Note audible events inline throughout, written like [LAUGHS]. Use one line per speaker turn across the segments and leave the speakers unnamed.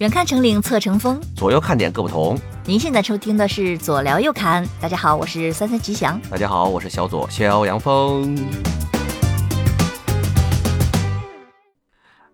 远看成岭侧成峰。
左右看点各不同。
您现在收听的是左聊右侃，大家好，我是三三吉祥。
大家好，我是小左肖阳峰。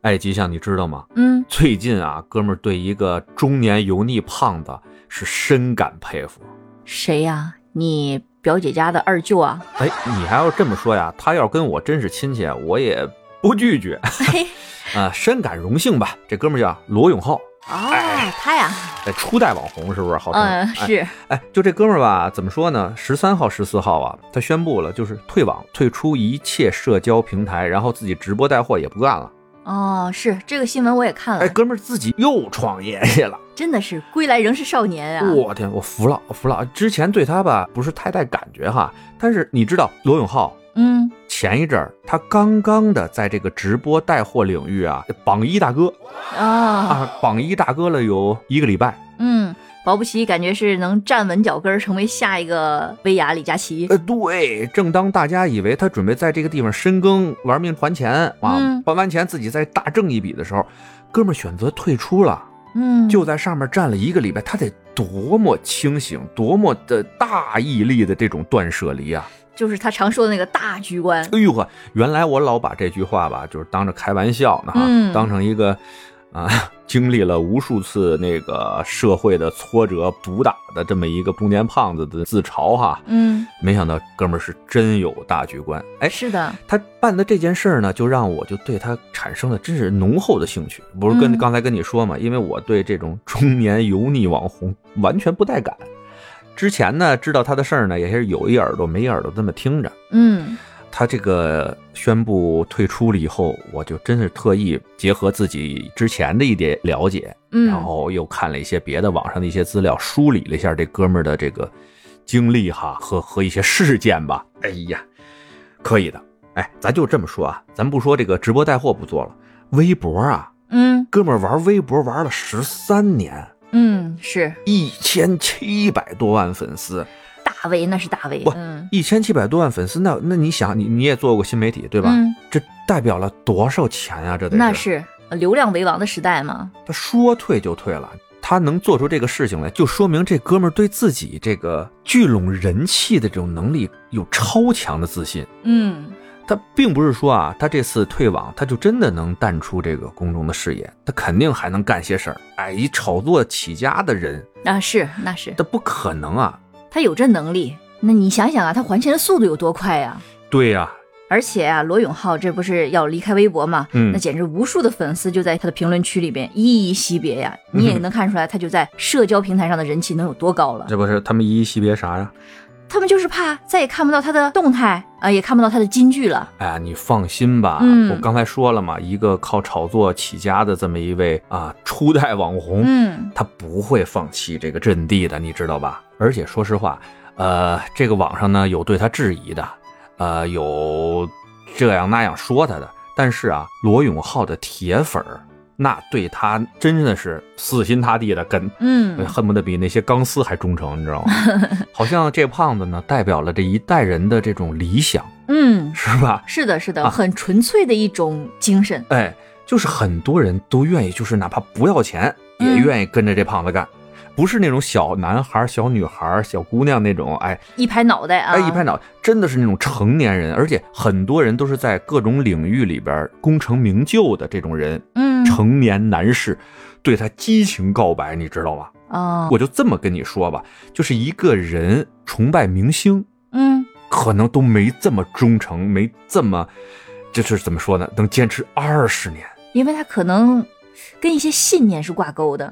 哎，吉祥，你知道吗？
嗯，
最近啊，哥们儿对一个中年油腻胖子是深感佩服。
谁呀、你表姐家的二舅啊？
哎，你还要这么说呀？他要跟我真是亲戚，我也不拒绝。
[LAUGHS]
[LAUGHS]
啊，深感荣幸吧。这哥们儿叫罗永浩，
哦，他呀，
哎，初代网红是不是？号称、
嗯，
哎
是，
哎，就这哥们儿吧，怎么说呢？十三号、十四号啊，他宣布了，就是退网，退出一切社交平台，然后自己直播带货也不干了。
哦，是这个新闻我也看了，
哎，哥们儿自己又创业去了，
真的是归来仍是少年啊。
我天，我服了，我服了。之前对他吧不是太带感觉哈，但是你知道罗永浩
嗯，
前一阵儿他刚刚的在这个直播带货领域啊榜一大哥
啊，
啊，榜一大哥了有一个礼拜。
嗯，保不齐感觉是能站稳脚跟儿，成为下一个薇娅、李佳琦。
呃，对，正当大家以为他准备在这个地方深耕、玩命还钱啊，
嗯
还完钱自己再大挣一笔的时候，哥们儿选择退出了，
嗯，
就在上面站了一个礼拜，他得多么清醒，多么的大毅力的这种断舍离啊！
就是他常说的那个大局观。
哎呦呵，原来我老把这句话吧，就是当着开玩笑呢哈，
嗯
当成一个啊， [LAUGHS] 经历了无数次那个社会的挫折、毒打的这么一个中年胖子的自嘲哈。
嗯，
没想到哥们儿是真有大局观，哎，
是的，
他办的这件事儿呢，就让我就对他产生了真是浓厚的兴趣。不是跟、
嗯
刚才跟你说嘛，因为我对这种 [LAUGHS] 中年油腻网红完全不带感。之前呢，知道他的事儿呢，也是有一耳朵没一耳朵这么听着。
嗯
他这个宣布退出了以后，我就真是特意结合自己之前的一点了解，
嗯，
然后又看了一些别的网上的一些资料，梳理了一下这哥们儿的这个经历哈和和一些事件吧。哎呀，可以的，哎，咱就这么说啊，咱不说这个直播带货不做了，微博啊，
嗯
哥们儿玩微博玩了十三年，
嗯是
一千七百多万粉丝，
大为那是大为
不，
嗯
一千七百多万粉丝，那那你想，你你也做过新媒体对吧？
嗯，
这代表了多少钱啊？这得
那
是
是呃流量为王的时代嘛。
他说退就退了，他能做出这个事情来，就说明这哥们儿对自己这个聚拢人气的这种能力有超强的自信。
嗯
他并不是说啊，他这次退网，他就真的能淡出这个公众的视野，他肯定还能干些事儿。哎，以炒作起家的人，
那啊是那是，
他不可能啊。
他有这能力。那你想想啊，他还钱的速度有多快呀、
对呀、
而且啊，罗永浩这不是要离开微博嘛？
嗯
那简直无数的粉丝就在他的评论区里边一一惜别呀。
嗯
你也能看出来，他就在社交平台上的人气能有多高了。
这不是他们一一惜别啥呀、
他们就是怕再也看不到他的动态啊、也看不到他的金句了。
哎呀，你放心吧，
嗯
我刚才说了嘛，一个靠炒作起家的这么一位啊初代网红，
嗯
他不会放弃这个阵地的，你知道吧？而且说实话，呃，这个网上呢有对他质疑的，呃，有这样那样说他的，但是啊，罗永浩的铁粉儿那对他真的是死心塌地的跟。
嗯，
恨不得比那些钢丝还忠诚，你知道吗？好像这胖子呢，代表了这一代人的这种理想，
嗯，
是吧？
是的，是的，
啊
很纯粹的一种精神。
哎，就是很多人都愿意，就是哪怕不要钱，也
嗯
愿意跟着这胖子干，不是那种小男孩、小女孩、小姑娘那种，哎
一拍脑袋啊，
哎，一拍脑，真的是那种成年人，而且很多人都是在各种领域里边功成名就的这种人，
嗯，
成年男士。对他激情告白，你知道吧？
哦，
我就这么跟你说吧，就是一个人崇拜明星，
嗯
可能都没这么忠诚，没这么，这是怎么说呢？能坚持二十年。，
因为他可能跟一些信念是挂钩的。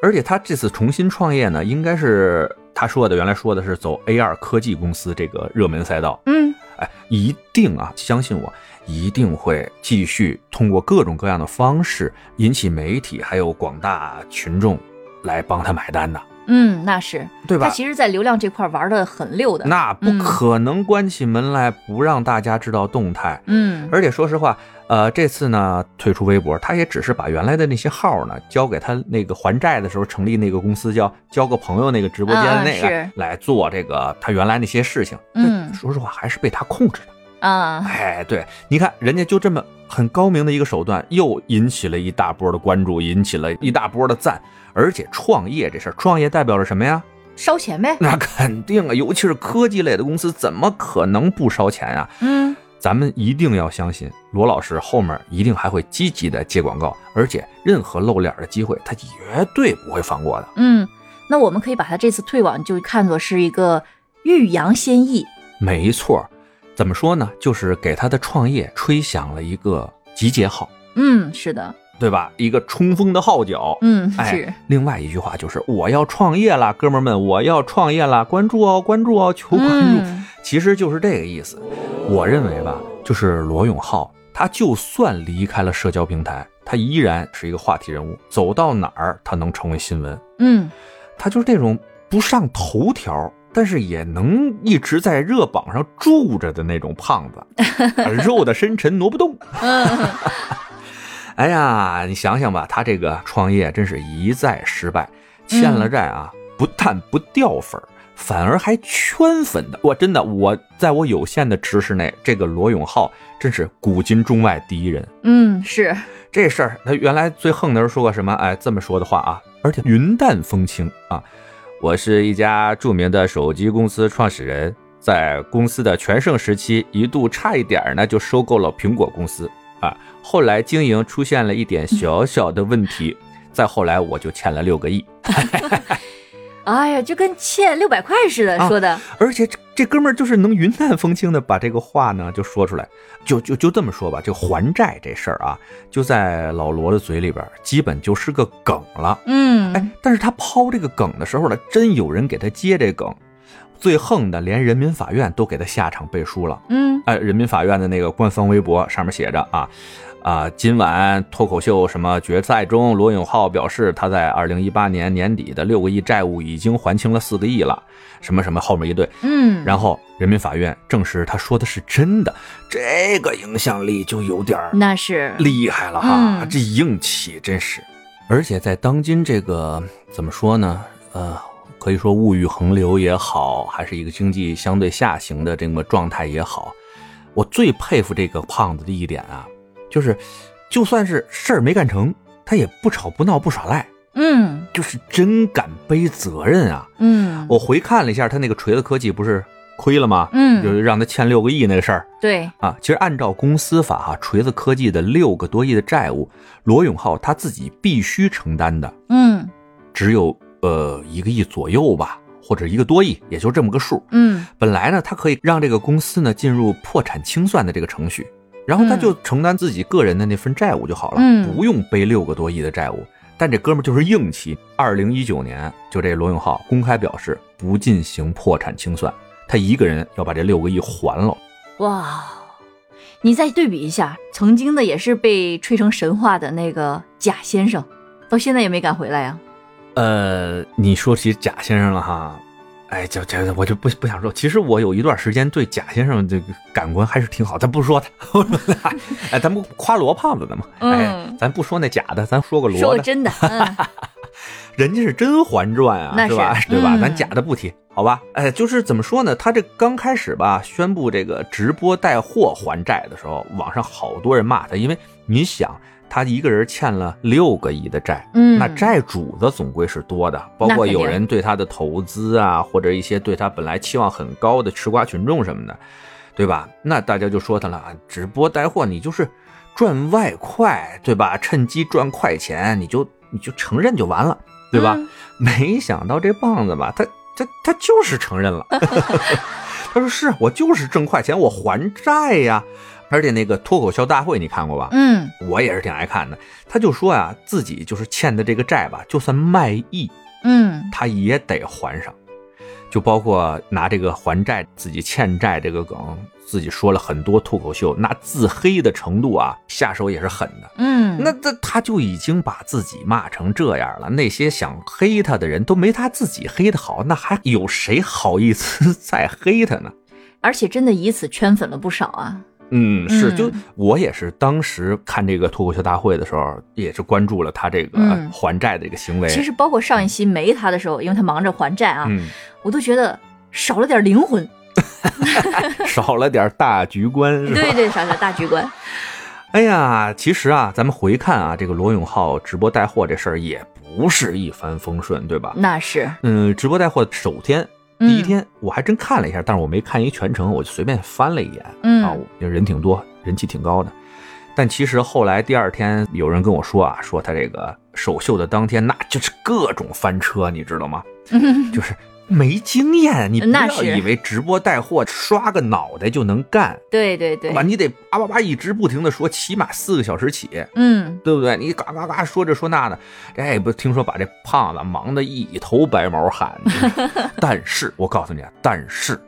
而且他这次重新创业呢，应该是他说的，原来说的是走 A 二科技公司这个热门赛道。
嗯
哎，一定啊，相信我，一定会继续通过各种各样的方式引起媒体还有广大群众来帮他买单的，
嗯，那是
对
他
吧？
其实，在流量这块玩的很溜的。嗯
那不可能关起门来不让大家知道动态。
嗯
而且说实话，呃，这次呢退出微博，他也只是把原来的那些号呢交给他那个还债的时候成立那个公司叫交个朋友那个直播间
啊
那个、
是
来做这个他原来那些事情。
嗯
这说实话还是被他控制的。
啊，
哎，对，你看人家就这么很高明的一个手段，又引起了一大波的关注，引起了一大波的赞。而且创业这事儿，创业代表着什么呀？
烧钱呗，
那肯定啊，尤其是科技类的公司，怎么可能不烧钱啊？
嗯，
咱们一定要相信罗老师后面一定还会积极的接广告，而且任何露脸的机会，他绝对不会放过的。
嗯，那我们可以把他这次推广就看作是一个欲扬先抑。
没错儿，怎么说呢？就是给他的创业吹响了一个集结号，
嗯，是的，
对吧？一个冲锋的号角。
嗯，是
哎，另外一句话就是我要创业啦，哥们儿们，我要创业啦，关注哦，关注哦，求关注。
嗯
其实就是这个意思。我认为吧，就是罗永浩，他就算离开了社交平台，他依然是一个话题人物，走到哪儿他能成为新闻。
嗯，
他就是那种不上头条，但是也能一直在热榜上住着的那种胖子，啊肉的深沉挪不动。哎呀，你想想吧，他这个创业真是一再失败，欠了债啊，不但不掉粉儿。反而还圈粉的，我真的，我在我有限的知识内，这个罗永浩真是古今中外第一人。
嗯，是，
这事儿，他原来最横的时候说过什么？哎，这么说的话啊，而且云淡风轻啊。我是一家著名的手机公司创始人，在公司的全盛时期，一度差一点儿呢就收购了苹果公司啊。后来经营出现了一点小小的问题，再后来我就欠了六个亿。
哎呀，就跟欠六百块似的、
啊
说的，
而且这这哥们儿就是能云淡风轻的把这个话呢就说出来，就就就这么说吧，这还债这事儿啊，就在老罗的嘴里边儿，基本就是个梗了。哎
嗯，，
但是他抛这个梗的时候呢，真有人给他接这梗。最横的，连人民法院都给他下场背书了。
嗯，
哎，人民法院的那个官方微博上面写着啊，啊，今晚脱口秀什么决赛中，罗永浩表示他在二零一八年年底的六个亿债务已经还清了四个亿了，什么什么后面一对，
嗯，
然后人民法院证实他说的是真的，这个影响力就有点儿
那是，
厉害了哈，
嗯
这硬气真是。而且在当今这个怎么说呢？呃，可以说物欲横流也好，还是一个经济相对下行的这么状态也好，我最佩服这个胖子的一点啊，就是就算是事儿没干成，他也不吵不闹不耍赖，
嗯
就是真敢背责任啊。
嗯，
我回看了一下他那个锤子科技不是亏了吗？
嗯
就是让他欠六个亿那个事儿。
对，
啊，其实按照公司法哈、锤子科技的六个多亿的债务，罗永浩他自己必须承担的
嗯
只有呃一个亿左右吧，或者一个多亿，也就这么个数。
嗯
本来呢，他可以让这个公司呢进入破产清算的这个程序，然后他就承担自己个人的那份债务就好了，
嗯
不用背六个多亿的债务。但这哥们儿就是硬气。二零一九年，就这罗永浩公开表示不进行破产清算，他一个人要把这六个亿还了。
哇，你再对比一下，曾经的也是被吹成神话的那个贾先生，到现在也没敢回来啊呀、
呃，你说起贾先生了哈，哎，就这我就不不想说。其实我有一段时间对贾先生这个感官还是挺好，咱不说他， [LAUGHS] 哎，咱不夸罗胖子的嘛，哎
嗯，
咱不说那假的，咱说个
说
罗
个 [LAUGHS]
的，
真的，嗯
人家是真《还传》啊，
那是
对吧？对吧？
嗯
咱假的不提，好吧？哎，就是怎么说呢？他这刚开始吧，宣布这个直播带货还债的时候，网上好多人骂他，因为你想，他一个人欠了六个亿的债，
[LAUGHS] 嗯，
那债主子总归是多的，包
那
括
肯定
有人对他的投资啊，或者一些对他本来期望很高的吃瓜群众什么的，对吧？那大家就说他了，啊，直播带货你就是赚外快，对吧？趁机赚快钱，你就你就承认就完了，对吧？
嗯
没想到这棒子吧，他他他就是承认了， [LAUGHS] 他说是我就是挣快钱，我还债呀、而且那个脱口秀大会你看过吧？
嗯
我也是挺爱看的。他就说啊，自己就是欠的这个债吧，就算卖艺，
嗯
他也得还上。就包括拿这个还债、自己欠债这个梗，自己说了很多脱口秀，那自黑的程度啊，下手也是狠的。
嗯，
那这他就已经把自己骂成这样了，那些想黑他的人都没他自己黑的好，那还有谁好意思 [LAUGHS] 再黑他呢？
而且真的以此圈粉了不少啊，
嗯，是，
嗯
就我也是当时看这个脱口秀大会的时候，也是关注了他这个
嗯
还债的一个行为。
其实包括上一期没他的时候，因为他忙着还债啊，
嗯，
我都觉得少了点灵魂。
少了点大局观是吧？
对对，啥啥大局 [LAUGHS] 观，
哎呀，其实啊，咱们回看啊，这个罗永浩直播带货这事儿也不是一帆风顺，对吧？
那是
嗯，直播带货首天
嗯
第一，天我还真看了一下，但是我没看一全程，我就随便翻了一眼。
嗯
啊，我人挺多，人气挺高的。但其实后来第二天有人跟我说啊，说他这个首秀的当天，那就是各种翻车，你知道吗？
嗯，
就是没经验，你不
那
要
是
以为直播带货刷个脑袋就能干，
[LAUGHS] 对对对
对吧？，你得叭叭叭一直不停的说，起码四个小时起。
嗯，
对不对？你嘎嘎嘎说这说那的，哎，不听说把这胖子忙得一头白毛汗。但是我告诉你啊，但是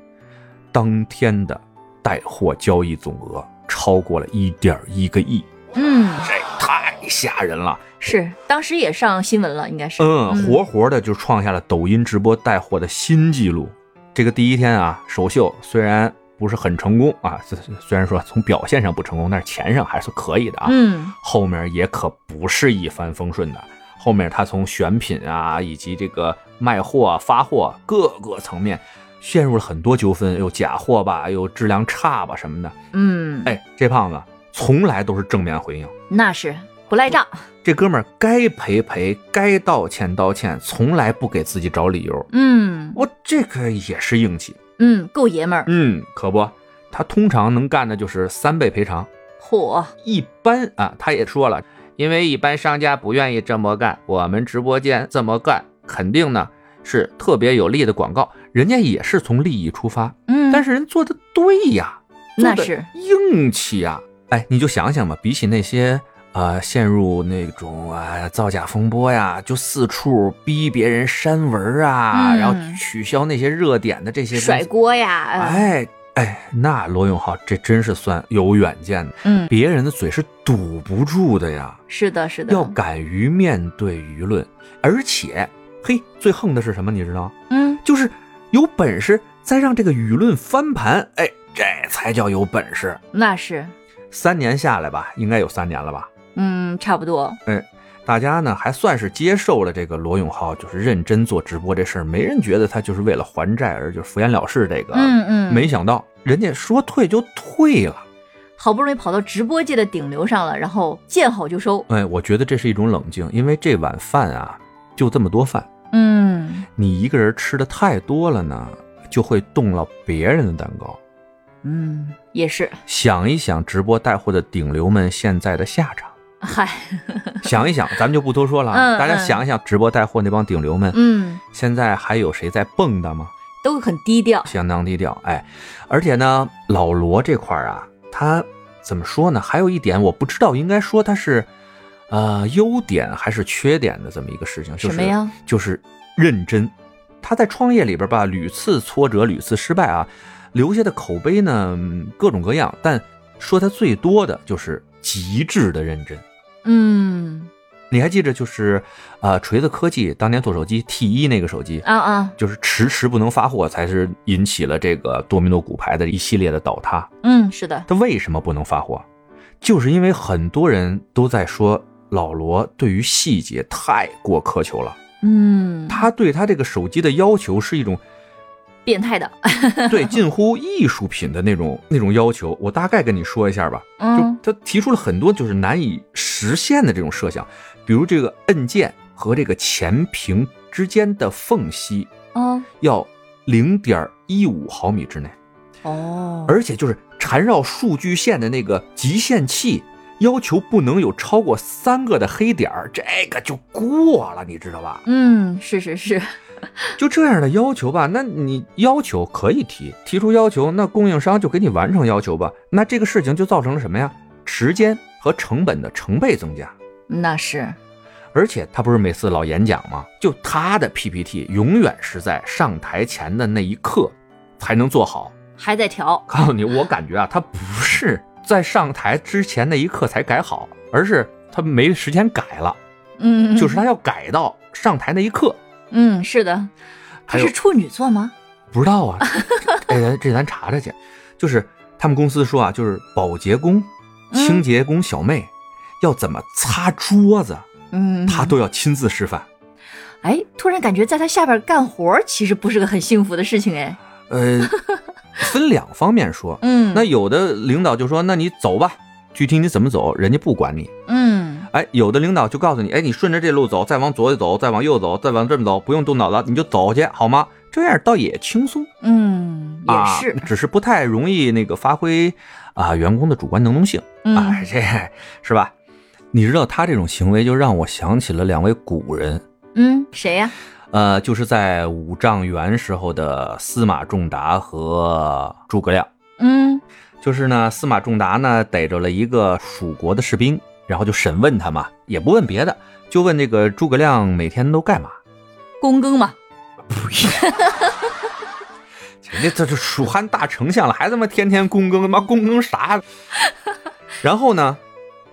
当天的带货交易总额超过了一点一个亿，
嗯，
这太吓人了。
是，当时也上新闻了，应该是，
嗯，活活的就创下了抖音直播带货的新纪录。这个第一天啊，首秀虽然不是很成功啊，虽虽然说从表现上不成功，但是钱上还是可以的啊。
嗯，
后面也可不是一帆风顺的。后面他从选品啊，以及这个卖货、啊、发货各个层面，陷入了很多纠纷，有假货吧，有质量差吧什么的。
嗯，
哎，这胖子从来都是正面回应，
那是不赖账，
这哥们儿该赔赔，该道歉道歉，从来不给自己找理由。
嗯
我这个也是硬气，
嗯，够爷们儿，
嗯，可不，他通常能干的就是三倍赔偿。
嚯，
一般啊，他也说了，因为一般商家不愿意这么干，我们直播间这么干，肯定呢是特别有利的广告，人家也是从利益出发，
嗯，
但
是
是人做的对呀，
那
做得
是
硬气呀，哎，你就想想吧，比起那些。呃，陷入那种啊、造假风波呀，就四处逼别人删文啊，
嗯
然后取消那些热点的这些东西
甩，锅呀，哎
哎哎，那罗永浩这真是算有远见的。
嗯，
别人的嘴是堵不住的呀，
是的，是的，
要敢于面对舆论，而且，嘿，最横的是什么？你知道吗？
嗯，
就是有本事再让这个舆论翻盘，哎，这才叫有本事。
那是，
三年下来吧，应该有三年了吧，
嗯，差不多，
大家呢还算是接受了这个罗永浩就是认真做直播这事儿，没人觉得他就是为了还债而就是敷衍了事这个，
嗯嗯，
啊没想到人家说退就退了。
好不容易跑到直播界的顶流上了，然后见好就收，
哎，我觉得这是一种冷静，因为这碗饭啊就这么多饭。
嗯，
你一个人吃的太多了呢，就会动了别人的蛋糕。
嗯，也是，
想一想直播带货的顶流们现在的下场，
嗨， [LAUGHS]
想一想，咱们就不多说了啊。
嗯
大家
嗯
想一想，直播带货那帮顶流们，
嗯，
现在还有谁在蹦跶吗？
都很低调，
相当低调，哎，而且呢，老罗这块儿啊，他怎么说呢？还有一点，我不知道应该说他是，呃，优点还是缺点的这么一个事情，就是
什么呀？
就是认真。他在创业里边吧，屡次挫折，屡次失败啊，留下的口碑呢嗯各种各样，但说他最多的就是极致的认真。
嗯，
你还记着就是，呃，锤子科技当年做手机 T 一那个手机，
啊啊，
就是迟迟不能发货，才是引起了这个多米诺骨牌的一系列的倒塌。
嗯，是的，
它为什么不能发货？就是因为很多人都在说老罗对于细节太过苛求了，
嗯，
他对他这个手机的要求是一种
变态的，
[LAUGHS] 对近乎艺术品的那种那种要求。我大概跟你说一下吧，
嗯，
就他提出了很多就是难以实现的这种设想，比如这个按键和这个前屏之间的缝隙
哦，
要零点一五毫米之内。
哦，
而且就是缠绕数据线的那个极限器，要求不能有超过三个的黑点儿，这个就过了，你知道吧？
嗯，是是是，
就这样的要求吧，那你要求可以提，提出要求，那供应商就给你完成要求吧。那这个事情就造成了什么呀？时间和成本的成倍增加。
嗯那是，
而且他不是每次老演讲吗？就他的 PPT 永远是在上台前的那一刻才能做好，
还在调，
告诉你，我感觉啊，他不是在上台之前那一刻才改好，而是他没时间改了，
嗯，
就是，他要改到上台那一刻。
嗯，是的，他
还有
是处女座吗？
不知道
[LAUGHS]
啊，哎，咱这咱查查去。就是他们公司说啊，就是保洁工、
嗯
清洁工小妹、要怎么擦桌子，
嗯，
他都要亲自示范。
[LAUGHS] 哎，突然感觉在他下边干活儿其实不是个很幸福的事情哎。
呃，分两方面说。
嗯，
那有的领导就说：“那你走吧，具体你怎么走，人家不管你。
嗯”
哎，有的领导就告诉你：“哎，你顺着这路走，再往左走，再往右走，再往这么走，不用动脑子，你就走去好吗？”这样倒也轻松，
嗯，也
啊
是，
只是不太容易那个发挥啊、员工的主观能动性。啊，
嗯
这是吧？你知道他这种行为就让我想起了两位古人，
嗯，谁呀？
呃，就是在五丈原时候的司马仲达和诸葛亮。
嗯
就是呢，司马仲达呢逮着了一个蜀国的士兵，然后就审问他嘛，也不问别的，就问这个诸葛亮每天都干嘛。
躬耕嘛，
人家这是蜀汉大丞相了，还他妈天天躬耕，他妈躬耕啥？然后呢，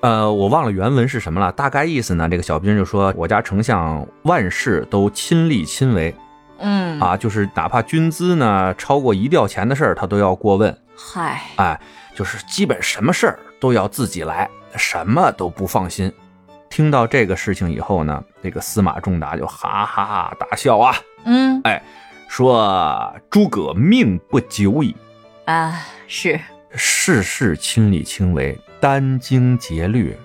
呃，我忘了原文是什么了，大概意思呢，这个小兵就说：“我家丞相万事都亲力亲为
嗯，
啊，就是哪怕军资呢超过一吊钱的事儿，他都要过问，
嗨，
啊就是基本什么事儿都要自己来，什么都不放心。”听到这个事情以后呢，这个司马仲达就哈哈哈大笑啊，
嗯
说：“诸葛命不久矣。”
啊，
[LAUGHS]
是，
事事亲力亲为，殚精竭虑。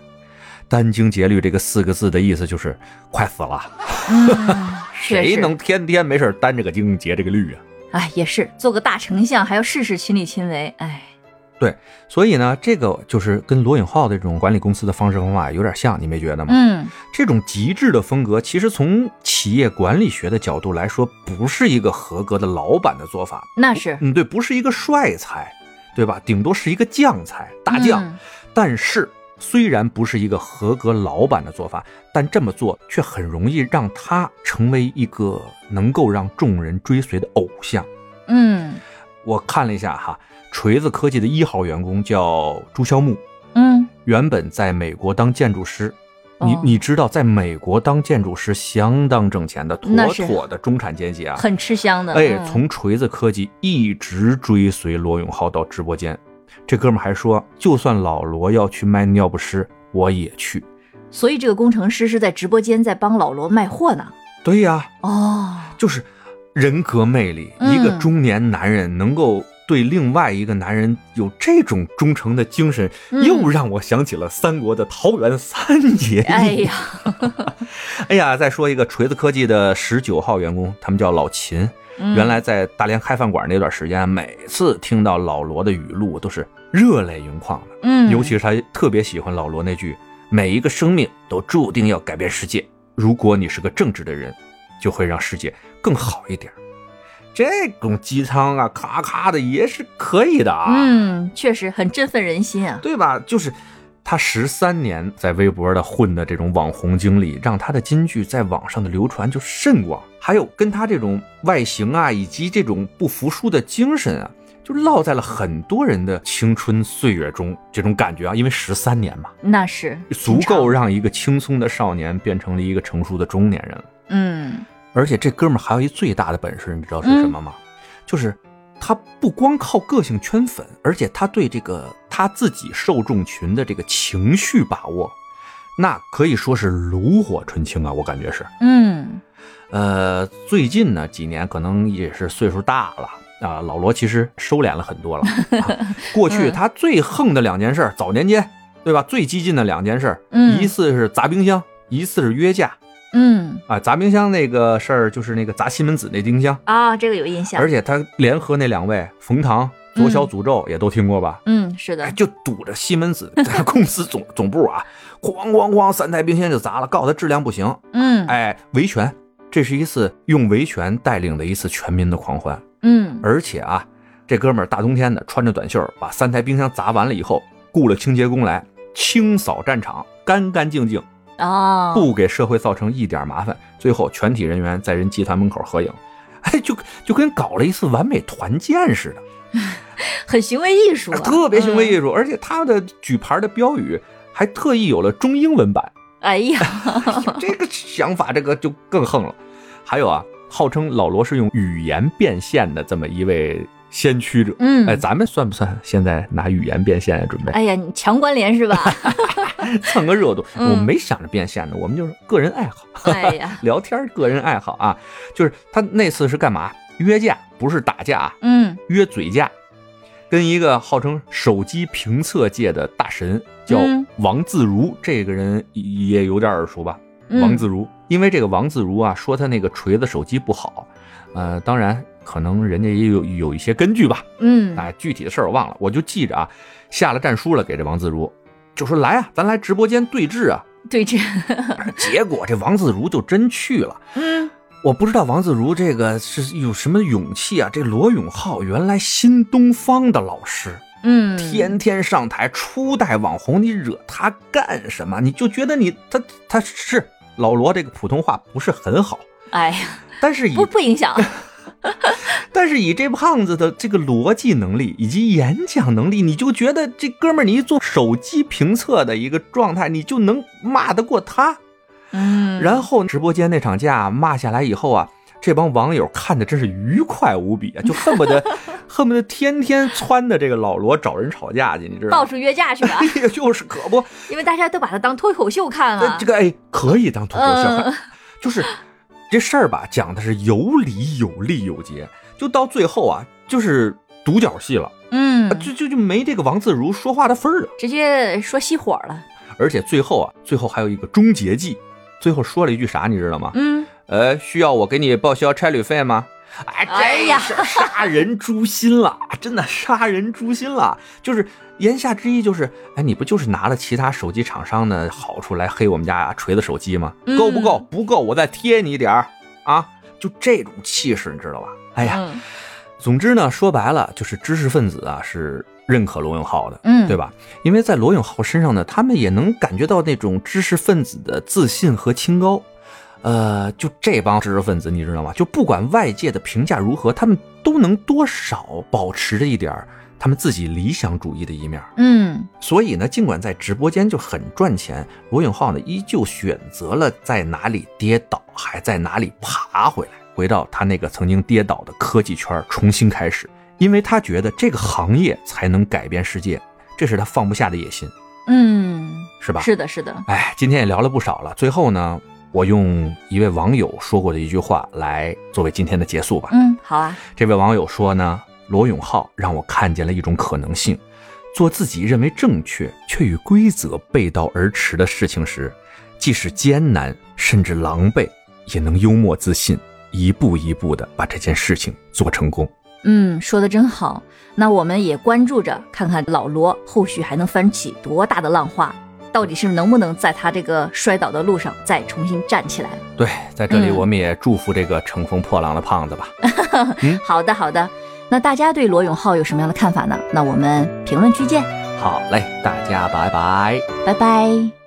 殚精竭虑这个四个字的意思就是快死了，
嗯确
谁
实
能天天没事儿担这个精竭这个虑啊？
哎，也是做个大丞相，还要事事亲力亲为，哎，
所以呢，这个就是跟罗永浩的这种管理公司的方式方法有点像，你没觉得吗？
嗯
这种极致的风格，其实从企业管理学的角度来说，不是一个合格的老板的做法。
那是
嗯，对，不是一个帅才，对吧？顶多是一个将才，大将。
嗯
但是，虽然不是一个合格老板的做法，但这么做却很容易让他成为一个能够让众人追随的偶像。
嗯
我看了一下哈，锤子科技的一号员工叫朱萧木，
嗯，
原本在美国当建筑师。你
哦
你知道，在美国当建筑师相当挣钱的，妥
那是
妥的中产阶级啊！
很吃香的，
哎，
嗯
从锤子科技一直追随罗永浩到直播间，这哥们儿还说，就算老罗要去卖尿不湿，我也去。
所以这个工程师是在直播间在帮老罗卖货呢，
对呀、
哦，
就是人格魅力，
嗯
一个中年男人能够对另外一个男人有这种忠诚的精神，
嗯
又让我想起了三国的桃园三 [LAUGHS] 结义。
哎呀，
哎呀，再说一个锤子科技的十九号员工，他们叫老秦，
嗯
原来在大连开饭馆那段时间，每次听到老罗的语录我都是热泪盈眶的，
嗯，
尤其是他特别喜欢老罗那句“每一个生命都注定要改变世界，如果你是个正直的人，就会让世界更好一点儿”。这种鸡汤啊，咔咔的也是可以的啊，
嗯，确实很振奋人心啊，
对吧？就是他十三年在微博的混的这种网红经历，让他的金句在网上的流传就甚广，还有跟他这种外形啊，以及这种不服输的精神啊。就落在了很多人的青春岁月中，这种感觉啊，因为十三年嘛，
那是
足
挺长
够让一个轻松的少年变成了一个成熟的中年人了。
嗯
而且这哥们儿还有一最大的本事，你知道是什么吗？就是他不光靠个性圈粉，而且他对这个他自己受众群的这个情绪把握，那可以说是炉火纯青啊！我感觉是。
嗯
呃，最近呢几年可能也是岁数大了。啊，老罗其实收敛了很多了。
[LAUGHS]
啊过去
嗯
他最横的两件事儿，早年间，对吧？最激进的两件事儿，
嗯
一次是砸冰箱，一次是约架。
嗯
啊，砸冰箱那个事儿就是那个砸西门子那冰箱，
啊，这个有印象，
而且他联合那两位冯唐、左小诅咒也都听过吧？
嗯是
哎
的，
就堵着西门子在公司总总部啊，哐哐哐三台冰箱就砸了，告他质量不行，
嗯
哎，维权，这是一次用维权带领的一次全民的狂欢，
嗯
而且啊，这哥们儿大冬天的穿着短袖，把三台冰箱砸完了以后，雇了清洁工来清扫战场，干干净净，
啊，
不给社会造成一点麻烦。最后，全体人员在人集团门口合影， [LAUGHS] 哎，就就跟搞了一次完美团建似的，
很行为艺术啊，
特别行为
术，
艺术。而且他的举牌的标语还特意有了中英
[LAUGHS]
文版，
哎呀，
这个想法这个就更横了。还有啊，号称老罗是用语言变现的这么一位先驱者。
嗯
哎，咱们算不算现在拿语言变现啊？准备
哎呀，你强关联是
[LAUGHS]
吧？
蹭个热度？
嗯
我们没想着变现的，我们就是个人爱好。
哎呀，
聊天儿个人爱好啊，就是他那次是干嘛？约架，不是打架啊，
嗯
约嘴架。跟一个号称手机评测界的大神叫
嗯
王自如，这个人也有点耳熟吧？
嗯
王自如，因为这个王自如啊，说他那个锤子手机不好，呃，当然可能人家也有有一些根据吧，
嗯
啊，具体的事儿我忘了，我就记着啊，下了战书了给这王自如，就说来啊，咱来直播间对峙啊，
对这，
结果这王自如就真去了。
嗯
我不知道王自如这个是有什么勇气啊！这罗永浩原来新东方的老师，
嗯，
天天上台，初代网红，你惹他干什么？你就觉得你他他是老罗这个普通话不是很好，
哎呀，
但是以
不不影
[LAUGHS]
响，
但是以这胖子的这个逻辑能力以及演讲能力，你就觉得这哥们儿你一做手机评测的一个状态，你就能骂得过他。
嗯，
然后直播间那场架骂下来以后啊，这帮网友看的真是愉快无比啊，就恨不
[LAUGHS]
得恨不得天天撺掇这个老罗找人吵架去，你知道
到
吗？
处约架去吧，
哎呀，就是可不，
因为大家都把它当脱口秀看啊
呃
了
这。个哎可以当脱口秀看，
嗯
[LAUGHS] 就是这事儿吧，讲的是有理有利有节，就到最后啊，就是独角戏了，
嗯
[LAUGHS] 啊，就就就没这个王自如说话的份儿了。
直接说熄火了。
而且最后啊，最后还有一个终结技，最后说了一句啥，你知道吗？
嗯，
呃，需要我给你报销差旅费吗？哎，
哎呀
这是杀人诛心了，真的杀人诛心了。就是言下之意就是，哎，你不就是拿了其他手机厂商的好处来黑我们家锤子手机吗？
嗯
够不够？不够，我再贴你点儿啊！就这种气势，你知道吧？哎呀，
嗯
总之呢，说白了就是知识分子啊是认可罗永浩的，
嗯
对吧？因为在罗永浩身上呢，他们也能感觉到那种知识分子的自信和清高。呃，就这帮知识分子，你知道吗？就不管外界的评价如何，他们都能多少保持着一点儿他们自己理想主义的一面儿。
嗯
所以呢，尽管在直播间就很赚钱，罗永浩呢依旧选择了在哪里跌倒，还在哪里爬回来，回到他那个曾经跌倒的科技圈，重新开始，因为他觉得这个行业才能改变世界，这是他放不下的野心，
嗯，
是吧？
是的，是的，
哎，今天也聊了不少了，最后呢，我用一位网友说过的一句话来作为今天的结束吧。
嗯，好啊，
这位网友说呢，罗永浩让我看见了一种可能性，做自己认为正确却与规则背道而驰的事情时，即使艰难甚至狼狈，也能幽默自信，一步一步的把这件事情做成功。
嗯，说的真好。那我们也关注着，看看老罗后续还能翻起多大的浪花，到底是能不能在他这个摔倒的路上再重新站起来。
对，在这里
嗯
我们也祝福这个乘风破浪的胖子吧。嗯
[LAUGHS] 好的，好的。那大家对罗永浩有什么样的看法呢？那我们评论区见，
好嘞，大家拜拜。
拜拜。